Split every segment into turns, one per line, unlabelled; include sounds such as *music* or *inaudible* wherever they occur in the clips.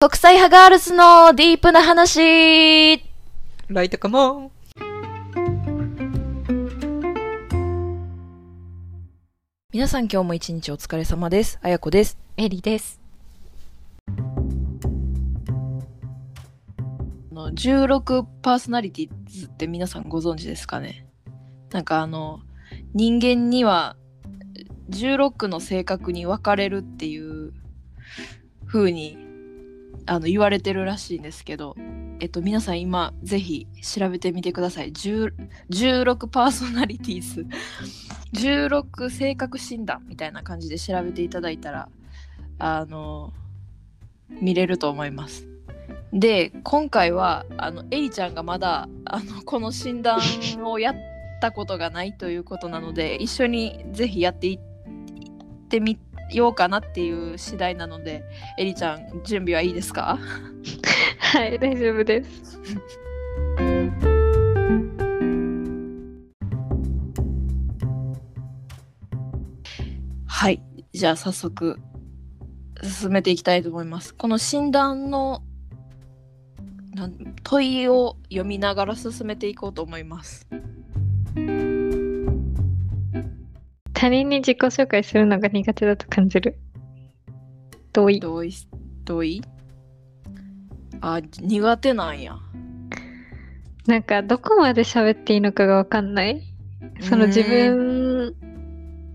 国際派ガールスのディープな話
ライトカモン。
皆さん今日も一日お疲れ様です。あやこです。
エリです。
あの16パーソナリティズって皆さんご存知ですかねなんかあの人間には16の性格に分かれるっていう風にあの言われてるらしいんですけど、えっと、皆さん今ぜひ調べてみてください10 16パーソナリティ *laughs* ズ16性格診断みたいな感じで調べていただいたらあの見れると思いますで今回はあのエリちゃんがまだあのこの診断をやったことがないということなので一緒にぜひやっていいってみようかなっていう次第なのでエリちゃん準備はいいですか
はい、大丈夫です。
はいじゃあ早速進めていきたいと思いますこの診断のなん問いを読みながら進めていこうと思います
他人に自己紹介するのが苦手だと感じる。同意。
同意同意あ苦手なんや
なんか、どこまで喋っていいのかがわかんない。その自分、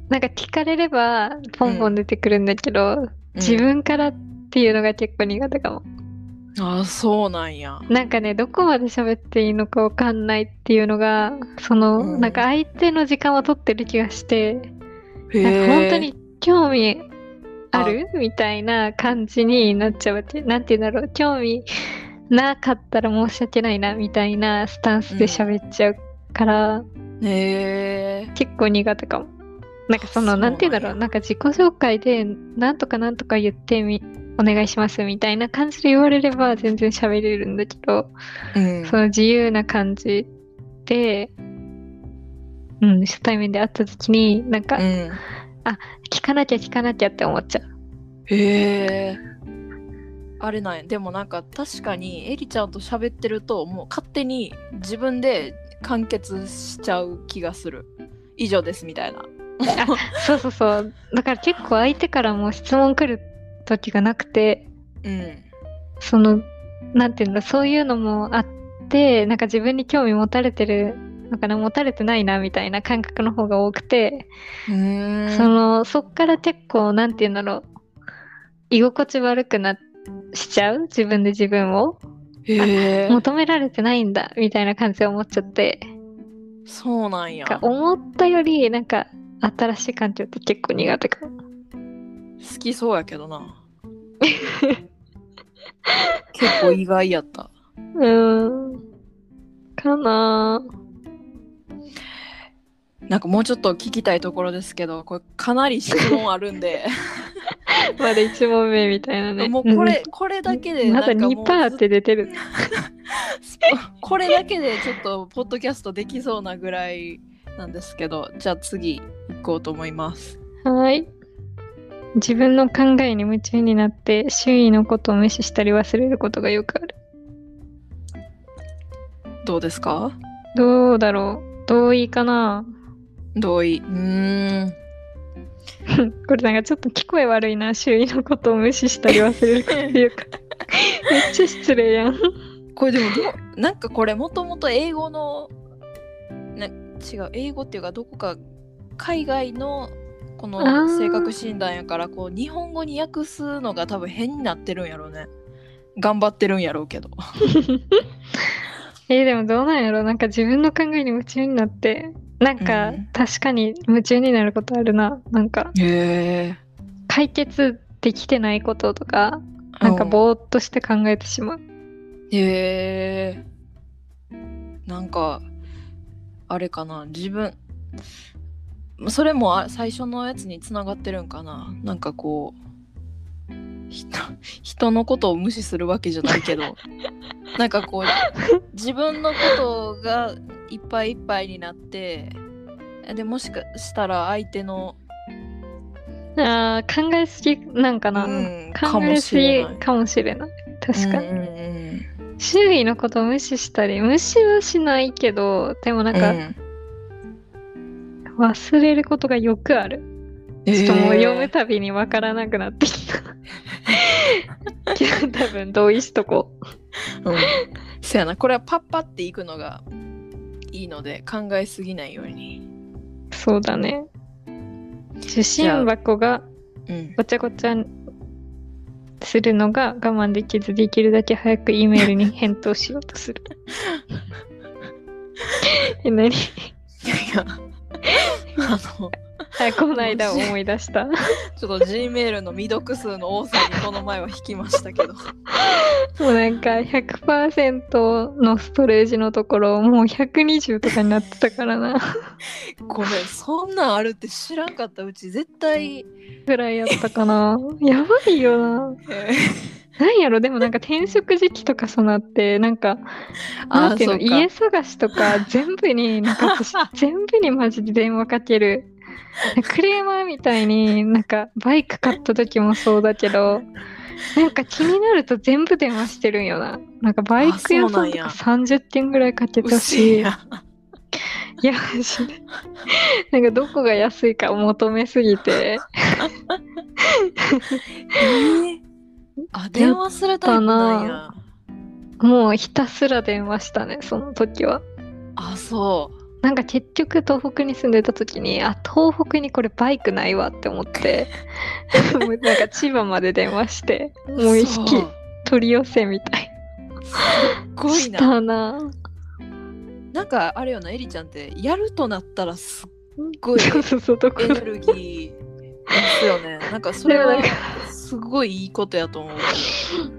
なんか聞かれれば、ポンポン出てくるんだけど、自分からっていうのが結構苦手かも。
あそうなんや
なんかね、どこまで喋っていいのかわかんないっていうのが、その、
うん
なんか相手の時間を取ってる気がして、
へ
なん
え
か本当に興味あるみたいな感じになっちゃうってなんて言うんだろう興味なかったら申し訳ないなみたいなスタンスで喋っちゃうから、
へえ
結構苦手かもなんかその
そう
なんて言うんだろ
な
うん
や
なんか自己紹介でなんとかなんとか言ってみお願いしますみたいな感じで言われれば全然喋れるんだけど、
うん
その自由な感じでうん初対面で会った時になんか
うん
聞かなきゃ聞かなきゃって思っちゃう
へえあれなんやでもなんか確かにエリちゃんと喋ってるともう勝手に自分で完結しちゃう気がする以上ですみたいな
そうそうそう。だから結構相手からも質問来る時がなくて、
うん
その、なんていうんだ、そういうのもあって、なんか自分に興味持たれてるのかな、持たれてないな、みたいな感覚の方が多くて、
うん
その、そっから結構、なんていうんだろう、居心地悪くなしちゃう自分で自分を。
へえ
求められてないんだ、みたいな感じで思っちゃって、
そうなん
*laughs*
や
なんか
好
思ったより、なんか、新しい環境って結構苦手かも。
きそうやけど
*laughs*
な結構意外やった
うーん。かなぁ。
なんかもうちょっと聞きたいところですけどこれかなり質問あるんで
まだ1問目みたい *laughs* なね。
もうこれこれだけ
う
で
ん、ま
なん
だ
かもう
2%って出てる。
*laughs* これだけでちょっとポッドキャストできそうなぐらいなんですけどじゃあ次行こうと思います
はい。自分の考えに夢中になって、周囲のことを無視したり忘れることがよくある。
どうですか
どうだろう同意かな *laughs*
同意うーん
これなんかちょっと聞こえ悪いな。周囲のことを無視したり忘れることっていうか。
*laughs*
めっちゃ失礼やん。
これでもどう *laughs* なんかこれもともと英語のな違う英語っていうかどこか海外のこ
あ
の
ー
性格診断やからこう日本語に訳すのが多分変になってるんやろうね頑張ってるんやろうけど
えーでもどうなんやろなんか自分の考えに夢中になって、なんか
うん
確かに夢中になることあるな。なんか
へえ
解決できてないこととか、なんかぼーっとして考えてしまう。
へえなんかあれかな自分それもあ最初のやつにつながってるんかななんかこう人人のことを無視するわけじゃないけ
*laughs*
どなんかこう自分のことがいっぱいいっぱいになってでもしかしたら相手の
ああ、考えすぎなんかな。
うん
考えすぎ
かもしれない
かもしれない。確かに、
うんうん
周囲のことを無視したり無視はしないけどでもなん
う
か
ん
忘れることがよくある、
うん、
ちょっともう読む
え
たびにわからなくなってきた *laughs* 多分同意しとこ
ー *laughs* うんそやなこれはパッパっていくのがいいので考えすぎないように、
うそうだね受信箱が
うん、
ごちゃごちゃするのが我慢できずできるだけ早く E メールに返答しようとする *laughs* え何
いやいや *laughs* あの
あこの間思い出した
ちょっと G メールの未読数の多さにこの前は引きましたけど
もうなんか100%のストレージのところもう120とかになってたからな
*laughs*
*laughs*
ごめんそんなんあるって知らんかったうち絶対、
ぐらいやったかなやばいよな
え
なんやろでもなんか転職時期とかそうなってなんかなんていうの家探しとか全部になんか私全部にマジで電話かけるクレーマーみたいになんかバイク買った時もそうだけどなんか気になると全部電話してるんよななんかバイク屋さんとか
あ
30点ぐらいかけ
う
てほしい
や
いや、マジで。なんかどこが安いか求めすぎて。
あ電話するタイプなんや
もうひたすら電話したね、その時は。
あそう
なんか結局東北に住んでた時に、あ、東北にこれバイクないわって
*laughs*
思って、もうなんか千葉まで電話して、もう一
そ
匹取り寄せみたい。
すっごい
し
な
たな。
なんかあれよなエリちゃんってやるとなったらすっ *laughs* ごい
そうそうそう、どこ
エネルギーですよ
*laughs*
ねなんかそれ
で
は
もなん
すごいいいことやと思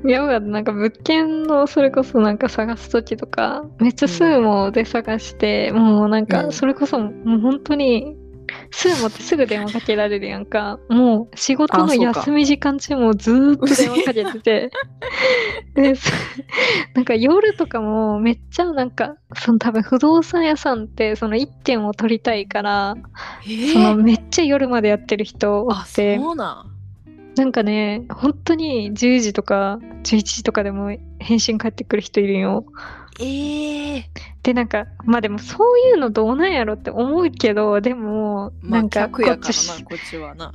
う
いやばなんか物件のそれこそなんか探す時とかめっちゃスーモで探して、もうなん
うん
かそれこそもう本当にスーモってすぐ電話かけられるやんかもう仕事
あ
の
そうか
休み時間中もずーっと電話かけて
*laughs*
てでそなんか夜とかもめっちゃなんかその多分不動産屋さんってその1点を取りたいから、
え
そのめっちゃ夜までやってる人お
あ
って
そうなん
なんかね、本当に10時とか11時とかでも返信返ってくる人いるよ。
ええ
で、なんか、まあでもそういうのどうなんやろって思うけど、でも、
ま
な
あ
んか
客
こ
や
っ
から
ち
な
し、
こっちはな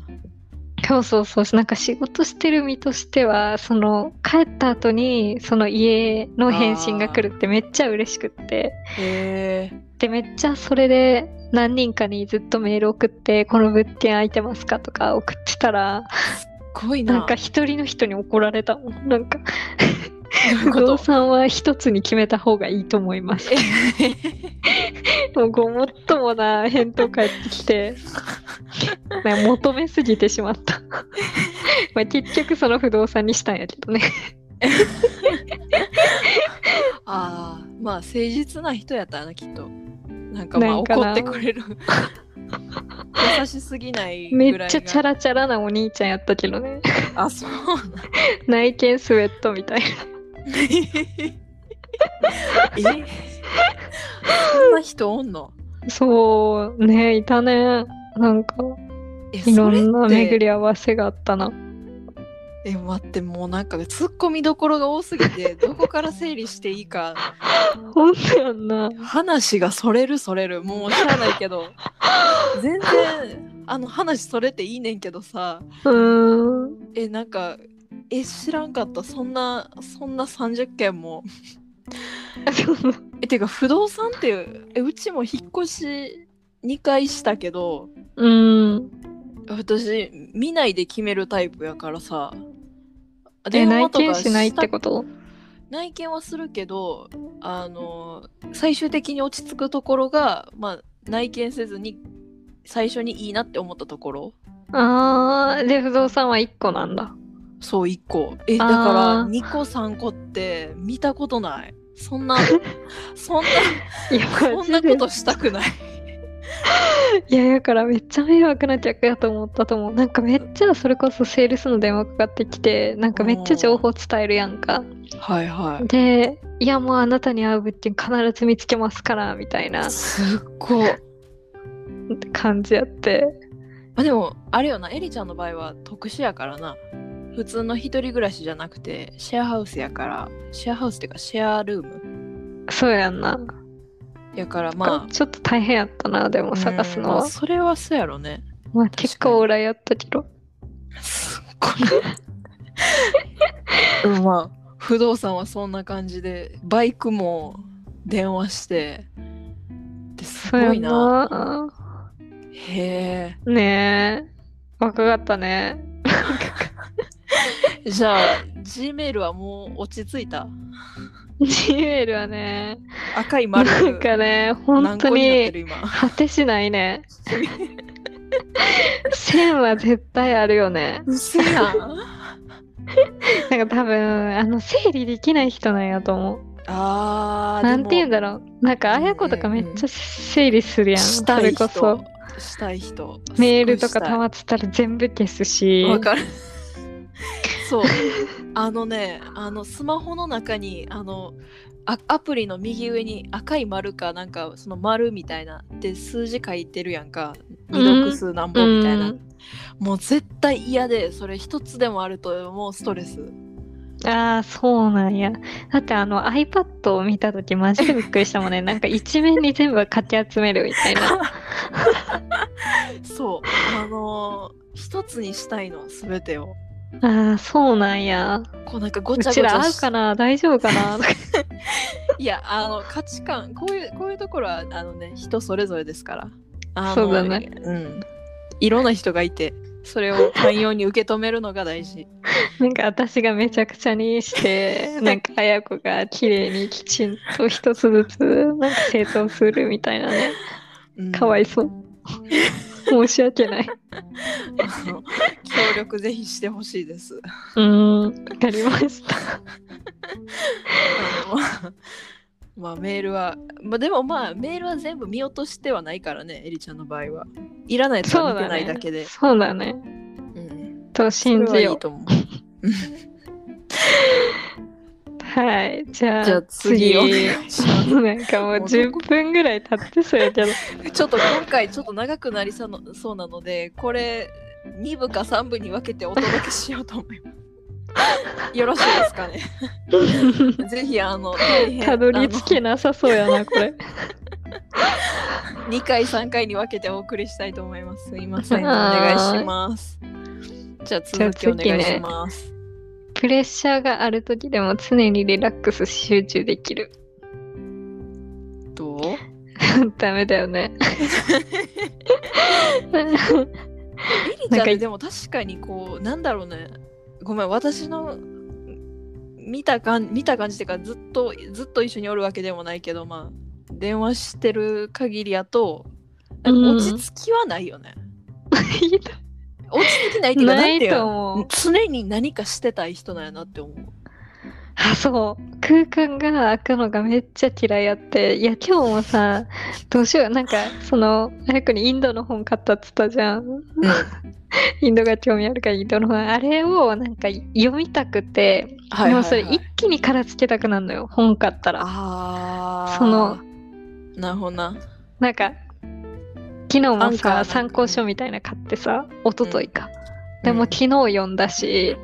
そうそうそう、なんか仕事してる身としては、その帰った後にその家の返信が来るってめっちゃ嬉しくって。
へえ
で、めっちゃそれで何人かにずっとメール送って、この物件空いてますかとか送ってたら、
すごいな
なんか一人の人に怒られたもん。なんか
どういう
不
こ
動
と
産は一つに決めた方がいいと思います。もうごもっともな返答返ってきて、なんか求めすぎてしま
*laughs*
った。まあ結局その不動産にしたんやけどね。
*laughs* ああまあ誠実な人やったらなきっとなんかまあ
なんか
怒
な
ってくれる優しすぎない
め
ぐらいが
っちゃチャラチャラなお兄ちゃんやったけどね。
あそうなんだ
内見スウェットみたいな。
え
*laughs*
そんな人おんの
そうね、いたね。なんか
え
いろん
そ
な
れって
巡り合わせがあったな。
え待ってもうなんかツッコミどころが多すぎ
*laughs*
てどこから整理していいか
ほんとやんな。
話がそれるそれるもう知らないけど全然あの話それていいねんけどさ
うーん。
えなんかえ知らんかったそんなそんな30件もえてか不動産っていうえうちも引っ越し2回したけど
うん。
私見ないで決めるタイプやからさ
え、内
とか
見しないって
た
こと
内見はするけどあの最終的に落ち着くところが、まあ、内見せずに最初にいいなって思ったところ
あー、で、不動産は1個なんだ。
そう1個えだ
あー
から2個3個って見たことないそんなそんない
や、
そ
マ
ん
ジ
な
で
ことしたくない
いや、だからめっちゃ迷惑な客やと思ったと思う。なんかめっちゃそれこそセールスの電話かかってきて、なんかめっちゃ情報伝えるやんか。
はいは
で、いや、もうあなたに合う物件必ず見つけますから、みたいな
すっごい
感じやって。
まあでもあれよなエリちゃんの場合は特殊やからな普通の一人暮らしじゃなくてシェアハウスやからシェアハウスっていうかシェアルーム
そうやんな。
やからまあ
ちょっと大変やったな、でも探すの
まあ
は。
それはそうやろ
*laughs*
ね
まあ、結構裏やったけど。
すっごい *laughs* うんまあ不動産はそんな感じでバイクも電話してです
そう
ご
や
い
ん
な
な。
へ
ねえ。若かったね。
*laughs* えじゃあ G メールはもう落ち着いた
ジメールはね、
赤い丸
なんかね、本
何
当
個になってる
に
今
果てしないね。線は絶対あるよね。
薄いな
なんか多分、あの、整理できない人なんやと思う。
あー
なんて言うん
だ
だろう。なんか、あやことかめっちゃ整理するやん。
し
そ
たい
れ
人
こそ。
したい人
メールとか
すごいしたい
まってたら全部消すし。
わかる。 *laughs* そう。あのね、あのスマホの中にあのあアプリの右上に赤い丸かなんかその丸みたいなで数字書いてるやんか
うん
未読数なんぼみたいな、
うん
もう絶対嫌でそれ一つでもあるともうストレ
*laughs*
ス
ああ、そうなんや。だってあの iPad を見たときマジでびっくりしたもんね。なんか一面に全部かき集めるみたい
*laughs*
な。
そうあのー一つにしたいの全てを
ああ、そうなんや。
こうなんかご
う
ちゃご
ち
ち
ら
ゃ
合う
し
かな大丈夫かなとか
いやあの価値観こういうこういうところはあのね人それぞれですからあの
そうだね
うんいろんな人がいてそれ
*laughs*
を寛容に受け止めるのが大事
なんか私がめちゃくちゃにして、なんか綾子が綺麗にきちんと一つずつなんか整頓するみたいなね。かわ
い
いそう。申し訳ない。
協力ぜひしてほしいです
うーん、わかりました。
あの *laughs* まあメールは、まあ、でもまあメールは全部見落としてはないからねえりちゃんの場合はいらないやつ
そ
は
う
見て
だ
ないだ
ね
けで。
そうだね。
うん
と信
それは
じ
い
よ
いと思う
*laughs* う。はい。じゃあ、
じゃあ次お
次
願いします
なんかもう
もうど
10
こ
分ぐらい経ってそうや
*laughs*
けど。
ちょっと今回ちょっと長くなりそうなそうなのでこれ2部か3部に分けてお届けしようと思います。よろしいですか
*laughs*
ねぜひあの大変
たどり着けなさそうやな、これ。
2回3回に分けてお送りしたいと思います。すいませんお願いします。じゃあ続きお願いします。
プレッシャーがある時でも常にリラックスし集中できる。
どう
*laughs* ダメだ
*laughs*
よ
エ
ね。
リちゃん
なんか
ねでも確かにこうなんだろうねごめん私の見たかん見た感じっていうかずっとずっと一緒におるわけでもないけどまあ電話してる限りやと
うん
落ち着きはないよね、
いいと
落ち着きないっていうか
な
なん
い
ていう
と
の
思う。
常に何かしてたい人なんやなって思う
あ、そう。空間が開くのがめっちゃ嫌いやって。いや、今日もさ、どうしよう。なんか、その、あやくにインドの本買ったって言ったじゃん。インドが興味あるからインドの本。あれをなんか読みたくて、
はいはいはい
でもそれ一気にからつけたくなるのよ本買ったら
あー
その
なるほどな
なんか昨日
ア
も
ンカーなん
さ
か
参考書みたいな買ってさ一昨日か、でも
うん
昨日読んだし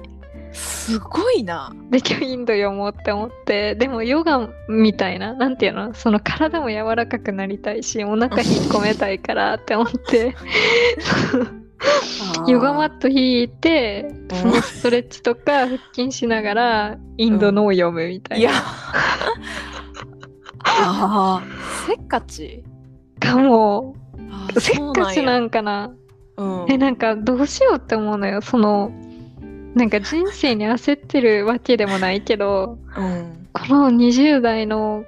すごいな
で今日インド読もうって思ってでもヨガみたいななんていうのその体も柔らかくなりたいしお腹引っ込めたいからって思って
*laughs*
ヨガマット引いてそのストレッチとか腹筋しながらインドのを読むみたい
い
な
や *laughs* あーせっかち
かも
あ
う
ー
せ
そ
っ
う
かち
な
なん
や
んかな
うん
えなんかどうしようって思うのよそのなんか人生に焦ってるわけでもないけど
うん
この20代の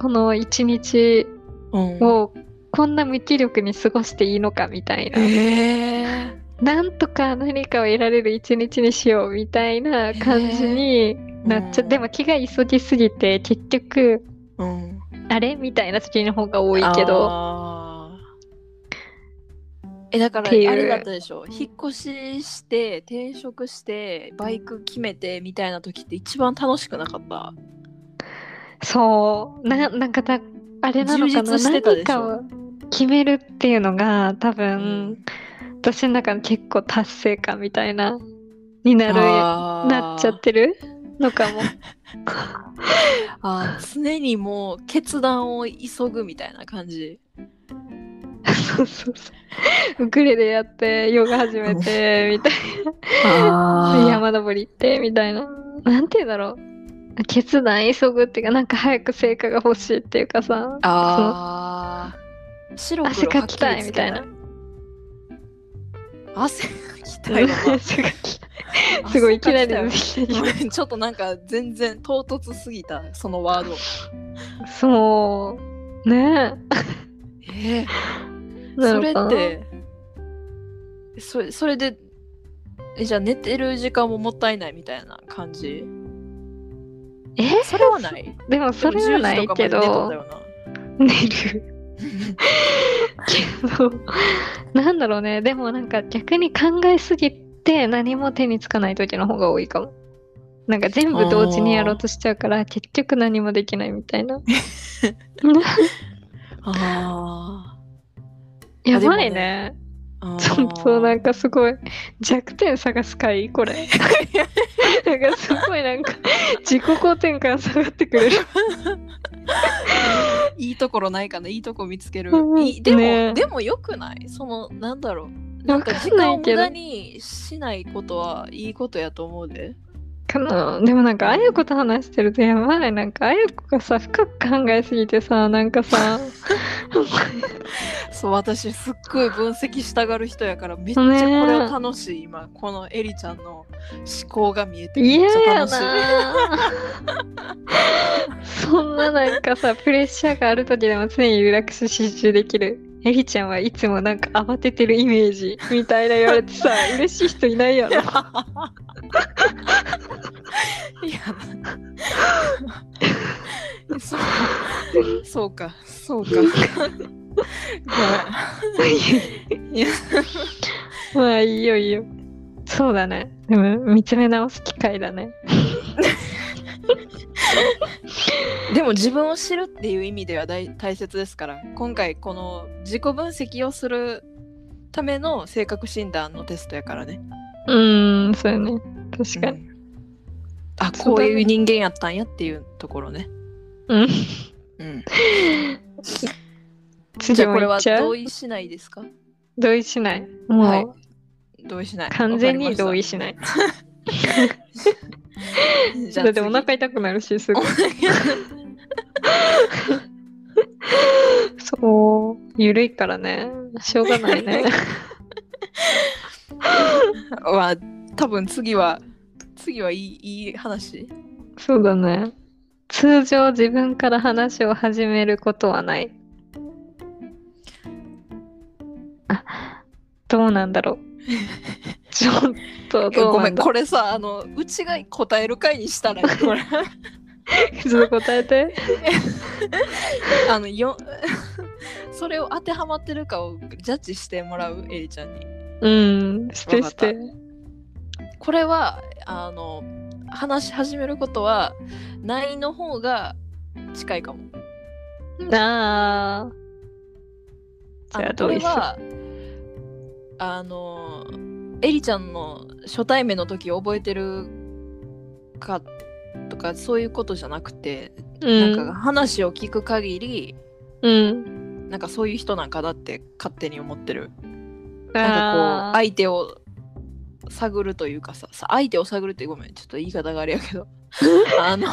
この一日
うん
をこんな無気力に過ごしていいのかみたいな
え
なんとか何かを得られる一日にしようみたいな感じになっちゃ
うん
でも気が急ぎすぎて結局
ー、うん、
あれみたいな時の方が多いけど
あーえだからあ
っていう
れだったでしょ引っ越しして転職してバイク決めてみたいな時って一番楽しくなかった
そうななんかだあれなのか
充
な
実してたでし
何か
ょ
を決めるっていうのが多分、
うん
私の中の結構達成感みたいなになる
あー
なっちゃってるのかも。
あー常にもう決断を急ぐみたいな感じ
そうそうそう。ウクレレやって、ヨガ始め
*laughs*
て、みたいな。
あ
山登り行って、みたいな。なんて言うんだろう。決断急ぐっていうか、なんか早く成果が欲しいっていうかさ。
あー白黒
汗かきたいみたいな
はっきりつけない汗かきた
そ
いわ
う *laughs* すごい、いきなり出てきた
*laughs* ご
*laughs*
めんちょっとなんか全然唐突すぎたそのワード
そう。ね
え
え。な
そ
の
れ
かな
っ。てそれそれでえじゃあ寝てる時間ももったいないみたいな感じ
え
それはない
でもそれはないけ
でも10
ど、
時とかまで
寝
寝とった
る。
よ
けど、なんだろうね。でもなんか逆に考えすぎて何も手につかない時の方が多いかも。なんか全部同時にやろうとしちゃうから、結局何もできないみたい
*laughs*
な。
なあ
やば
で
い
も
ね。
ーあー
そうそう、なんかすごい。弱点探す回
*laughs*
これ。なんかすごいなんか、自己肯定感下がってくれる。
いいところないかないいとこ見つける、
うん
いいでも、
ね
でもよくないそのなんだろうなんか
わか
時
んな
間を
い
無
けど
駄にしないことはいいことやと思うで
かなでもなんかあゆこと話してるとやばいなんかあゆこがさ深く考えすぎてさなんかさ
そう私すっごい分析したがる人やからめっちゃこれは楽しい、今このエリちゃんの思考が見えてめ
嫌
っ *laughs* ちゃ
や
楽しい
*laughs* なそんななんかさプレッシャーがある時でも常にリラックス集中できるえりちゃんはいつもなんか慌ててるイメージみたいな言われて
*laughs*
さ嬉しい人いないやろ
いや *laughs* そうそうかそうかごめんいや
まあいいよいいよそうだねでも見つめ直す機会だね
でも自分を知るっていう意味では大大切ですから今回この自己分析をするための性格診断のテストやからね。
うーんそうよね確かに、
うんあこういう人間やったんやっていうところね。
うん *laughs*
うん、じ
次
ゃあこれ
も行
は
っちゃ
同
う
意しないですか
同意しないもう、
はい同意しない。。
完全に同意しないい。
*laughs* じゃあ
だってお
次
*laughs* 腹痛くなるし、すぐ
お。 *laughs* 腹
そう。ゆるいからね。しょうがな
*laughs*
いね。
は多分次は次はいいいい話
そうだね。通常自分から話を始めることはない。あ、どうなんだろう。
*laughs*
ちょっと
えご
どうな
め
ん
ん
だ
これさあのうちが答える回にしたらい
*laughs*
いこれ
ちょっと答えて。
*laughs* あのよ *laughs* それを当てはまってるかをジャッジしてもらうエリちゃんに
うん、して
わか
し
った
て。
これはあの話し始めることはないの方が近いかも
ああ。じ
あ
ゃあ
のこ
どう
れ
いする
はあのエリちゃんの初対面の時覚えてるかとかそういうことじゃなくて
う
なんか
ん。
話を聞く限り
うん。
なんかそういう人なんかだって勝手に思ってるなんかこ
あ
う
ー
相手を探るというかささ相手を探るってごめんちょっと言い方があれやけ
*laughs*
どあの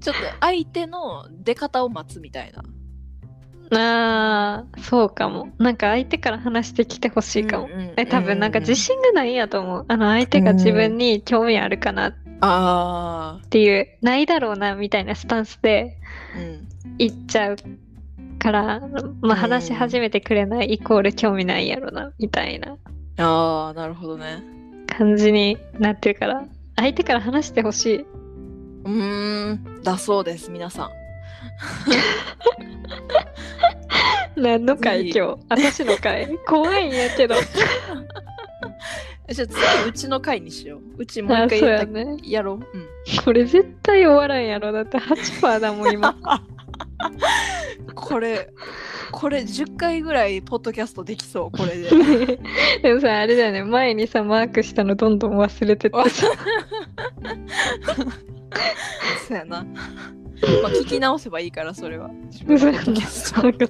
ちょっと相手の出方を待つみたいな
あー、そうかも。なんか相手から話してきてほしいかも。
うんうん
え多分なんか
う
自信がないんやと思う。あの相手が自分に興味あるかなっ
あ
ていう、ないだろうなみたいなスタンスで
あうん
行っちゃうから、まあ、話し始めてくれないイコール興味ないやろなみたいな
ああなるほどね
感じになってるから、相手から話してほしい。
うーんだそうです皆さん
何の
ぜ
回
ひ
今日私の
*laughs*
回怖いんやけど。
えじゃあ次うちの回にしよううちもう
あ
一
そう
回やっ
や
た
ね。
やろう、うん
これ絶対終わらんやろ。だって8%だもん今。
*laughs* これこれ10回ぐらいポッドキャストできそうこれ
*laughs*
で
でもさあれだよね前にさマークしたのどんどん忘れてったし
そうやな、まあ、聞き直せばいいからそれは自分
嘘
の
や
ポッド
な
キャス
そんなこと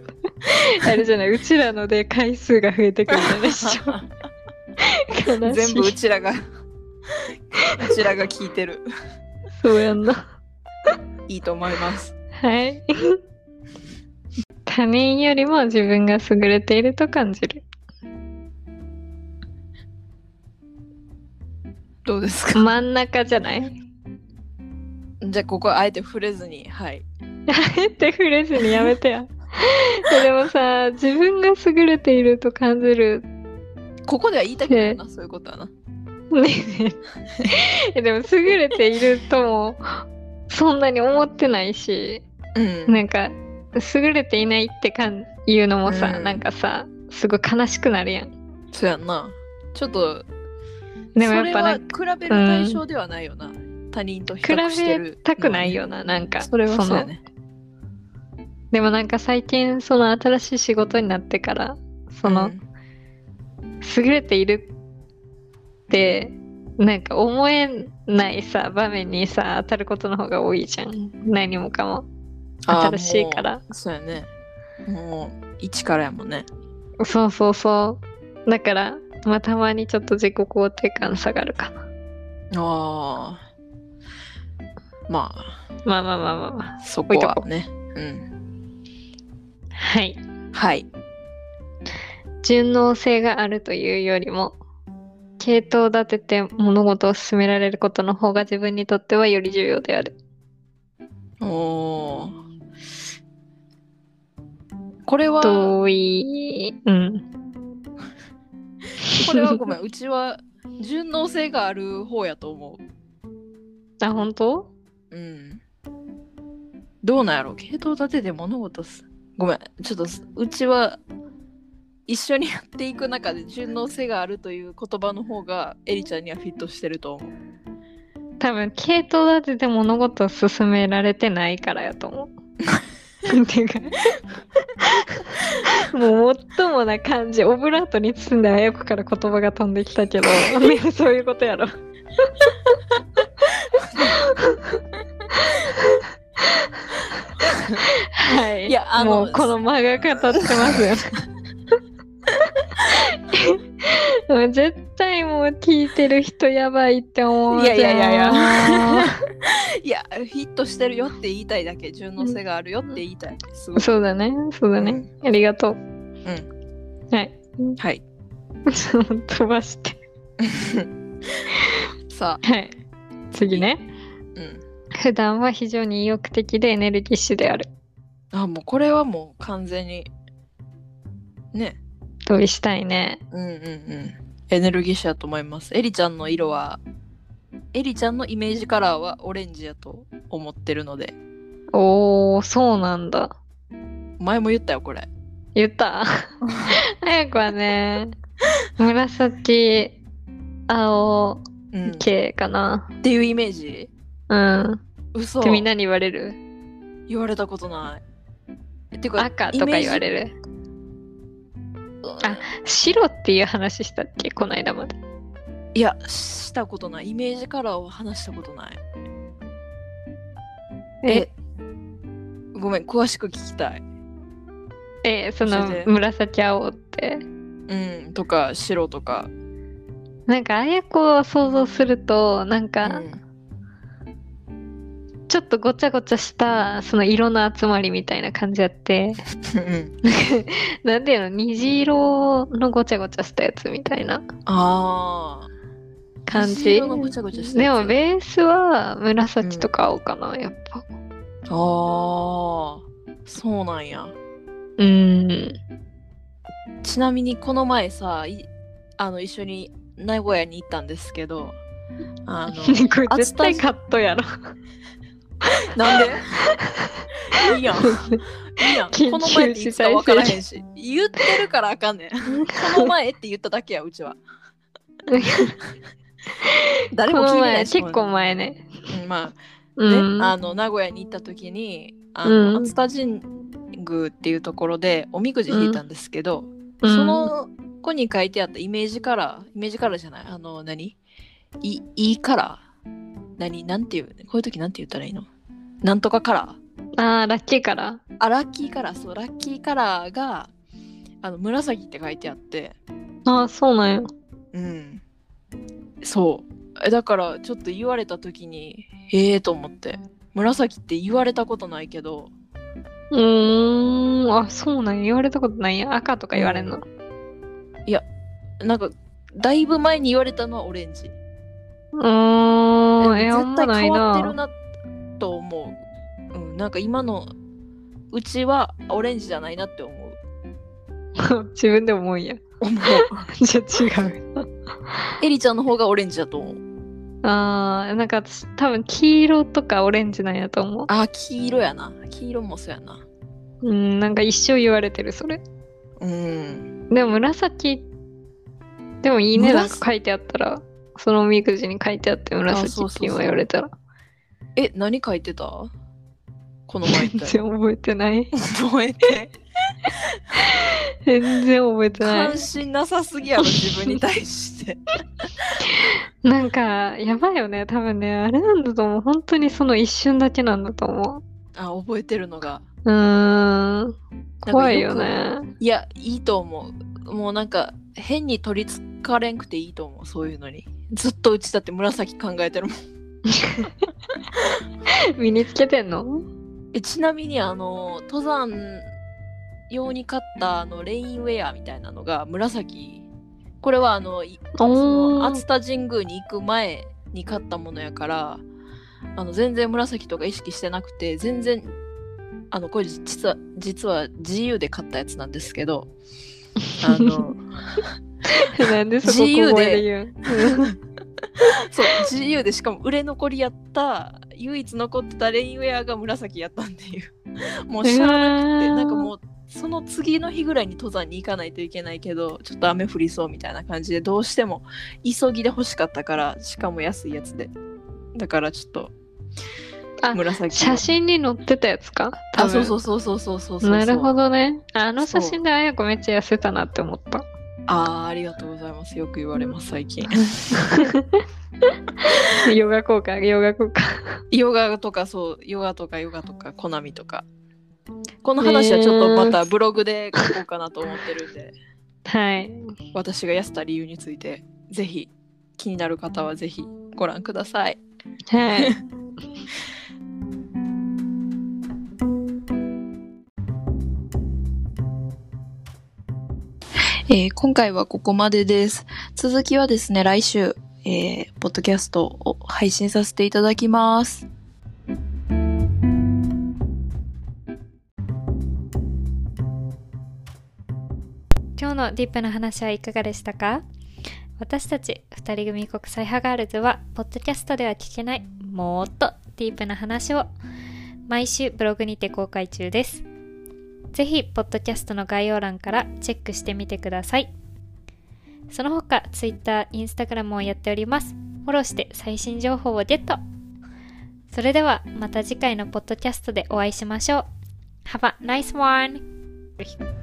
*laughs* あれじゃないうちらので回数が増えてくるんじゃ
*laughs*
ないでしょ
ト
悲しい
*laughs* 全部うちら
*laughs*
がうちらが聞いてる
そうやんな。
いいと思います
はい。他人よりも自分が優れていると感じる。
どうですか
真ん中じゃない
じゃあここはあえて触れずにはい
えって触れずにやめてや。 *laughs* えでもさ、自分が優れていると感じる。
ここでは言いたくないなそういうことはな
ねえね *laughs* ええでも優れているともそんなに思ってないし、
うん
なんか優れていないってかん言うのもさ、
うん
なんかさ、すごい悲しくなるやん。
そうやんなちょっと
でもやっぱなんか
それは比べる対象ではないよな、他人と比
比
較してる
べたくないよな、なんか。
それは
の
そうやね
でもなんか最近その新しい仕事になってからその、
うん
優れているってなんか思えないさ場面にさ当たることの方が多いじゃん何もかも
あー
新しいから
もうそうやねもう一からやもんね
そうそうそうだからまあたまにちょっと自己肯定感下がるかな
ああまあ
まあまあまあまあまあ
そこはねうん
はい
はい
順応性があるというよりも系統を立てて物事を進められることの方が自分にとってはより重要である
おおーこれは
同意うん
これはごめんうちは順応性がある方やと思
*laughs* あ本当
ううんどうなんやろう系統立てて物事すごめんちょっとすうちは一緒にやっていく中で順応性があるという言葉の方がエリちゃんにはフィットしてると思う
多分系統だってで物事を進められてないからや
*laughs*
と思う。っていうかもう最もな感じオブラートに包んであやこから言葉が飛んできたけどねそういうことやろ。はい。
いやあの
もうこの間が語っ
*laughs*
てますよ。もう絶対もう聞いてる人やばいって思うじゃん
いやいやいやい
や
いやフィットしてるよって言いたいだけ順応性があるよって言いたいすごい
そうだね、そうだね。ありがとう。
ん
はい。 *laughs*
はい
ちょっと飛ばして。
*laughs* さあ
はい。次ね。
うん
普段は非常に意欲的でエネルギッシュである。
あもうこれはもう完全にね
同意したいね。
うんうんうんエネルギッシュやと思いますエリちゃんの色はエリちゃんのイメージカラーはオレンジやと思ってるので
おー、そうなんだ。
前も言ったよこれ
言った *laughs* あやこはね、
*laughs*
紫、青
うん *laughs* っ
系かな。
ていうイメージ
うん。
嘘
ってみんなに言われる
言われたことないてか
赤とか言わ
る
れる。あ白っていう話したっけこの間まで。
いやしたことないイメージカラーを話したことないえごめん詳しく聞きたい
えそ
教
の
えて
紫青って
うんとか白とか
なんかあやこを想像するとなん
う
か
ん
ちょっとごちゃごちゃしたその色の集まりみたいな感じ
*laughs*
やって
うん
なんていうの虹色のごちゃごちゃしたやつみたいな
あー
感
虹
じ
色のごちゃごちゃした
で
やつ
もベースは紫とか青かな、やっぱ
ああそうなんや
うん
ちなみにこの前さいあの一緒に名古屋に行ったんですけどあ
*laughs*
の
これ絶対カットやろ
なん
*laughs*
でいいやんいいやん
緊急
この前っていつか分からへんし言ってるからあかんねんこの
*laughs*
前って言っただけやうちは誰
こ
も聞い
の
てない
前
し
結構前ね
うんまあ
うん
ね、あの名古屋に行った時にあの、
うん
熱田神宮っていうところでおみくじ引いたんですけど、
うん
その子に書いてあったイメージカラーイメージカラーじゃないあの何いいいカラー何なんていうこういう時なんて言ったらいいのなんとかカラー
あーラッキーカラ
あラッキーカラーそうラッキーカラーがあの紫って書いてあって
ーあーそうなんや
うんそうえだからちょっと言われた時にええと思って紫って言われたことないけど
うーんあそうなんや言われたことないや赤とか言われんの、
なんかだいぶ前に言われたのはオレンジ
うーんえあん
絶対
まない
変わってる
な
なと思う、うん、なんか今のうちはオレンジじゃないなって
*laughs*
思う
自分でも思うんや *laughs*
思う
じゃあ違う
エリちゃんの方がオレンジだと思う
あーなんか私多分黄色とかオレンジなんやと思う
あ黄色やな黄色もそうやな
うんなんか一生言われてるそれ
うん
でも紫でもいいねなん
紫
か書いてあったらそのおみくじに書いてあって紫って今言われたら
え何書いてたこの前
全
一
*laughs*
体
然覚えてない
覚えて
全然覚えて *laughs* ない
関心なさすぎやろ自分に対して
なんかやばいよね多分ねあれなんだと思う本当にその一瞬だけなんだと思
あ覚えてるのが
ううーん怖いよね
いやいいと思うもうなんか変に取りつかれんくていいと思うそういうのにずっとうちだって紫考えてるもん
身につけてんの *laughs*
えちなみにあの登山用に買ったあのレインウェアみたいなのが紫これはあのいその
お
熱田神宮に行く前に買ったものやからあの全然紫とか意識してなくて全然あのこれ実は実は GU で買ったやつなんですけどあの
ーなんでそこ
自由で
小声で言う
そう GU でしかも売れ残りやった唯一残ってたレインウェアが紫やったんでいう *laughs* もうしゃあなく
え
て
ー
なんかもうその次の日ぐらいに登山に行かないといけないけどちょっと雨降りそうみたいな感じでどうしても急ぎで欲しかったからしかも安いやつでだからちょっと
あ
紫の
写真に載ってたやつか多
あ
分
そうそうそうそうそうそうそう
なるほどねあの
そ
写
う
真であやこめっちゃ痩せたなって思った
あーありがとうございますよく言われます最近
*laughs* ヨガ効果、ヨガ効果。
ヨガとかそうヨガとかヨガとかコナミとかこの話はちょっとまたブログで書こうかなと思ってるんで
はい。
私が痩せた理由についてぜひ気になる方はぜひご覧ください。
*laughs* はい。
えー今回はここまでです。続きはですね、来週、えーポッドキャストを配信させていただきます。
今日のディップの話はいかがでしたか私たち2人組国際派ガールズはポッドキャストでは聞けないもっとディープな話を毎週ブログにて公開中ですぜひポッドキャストの概要欄からチェックしてみてくださいその他 Twitter、Instagram もやっておりますフォローして最新情報をゲットそれではまた次回のポッドキャストでお会いしましょう Have a nice one!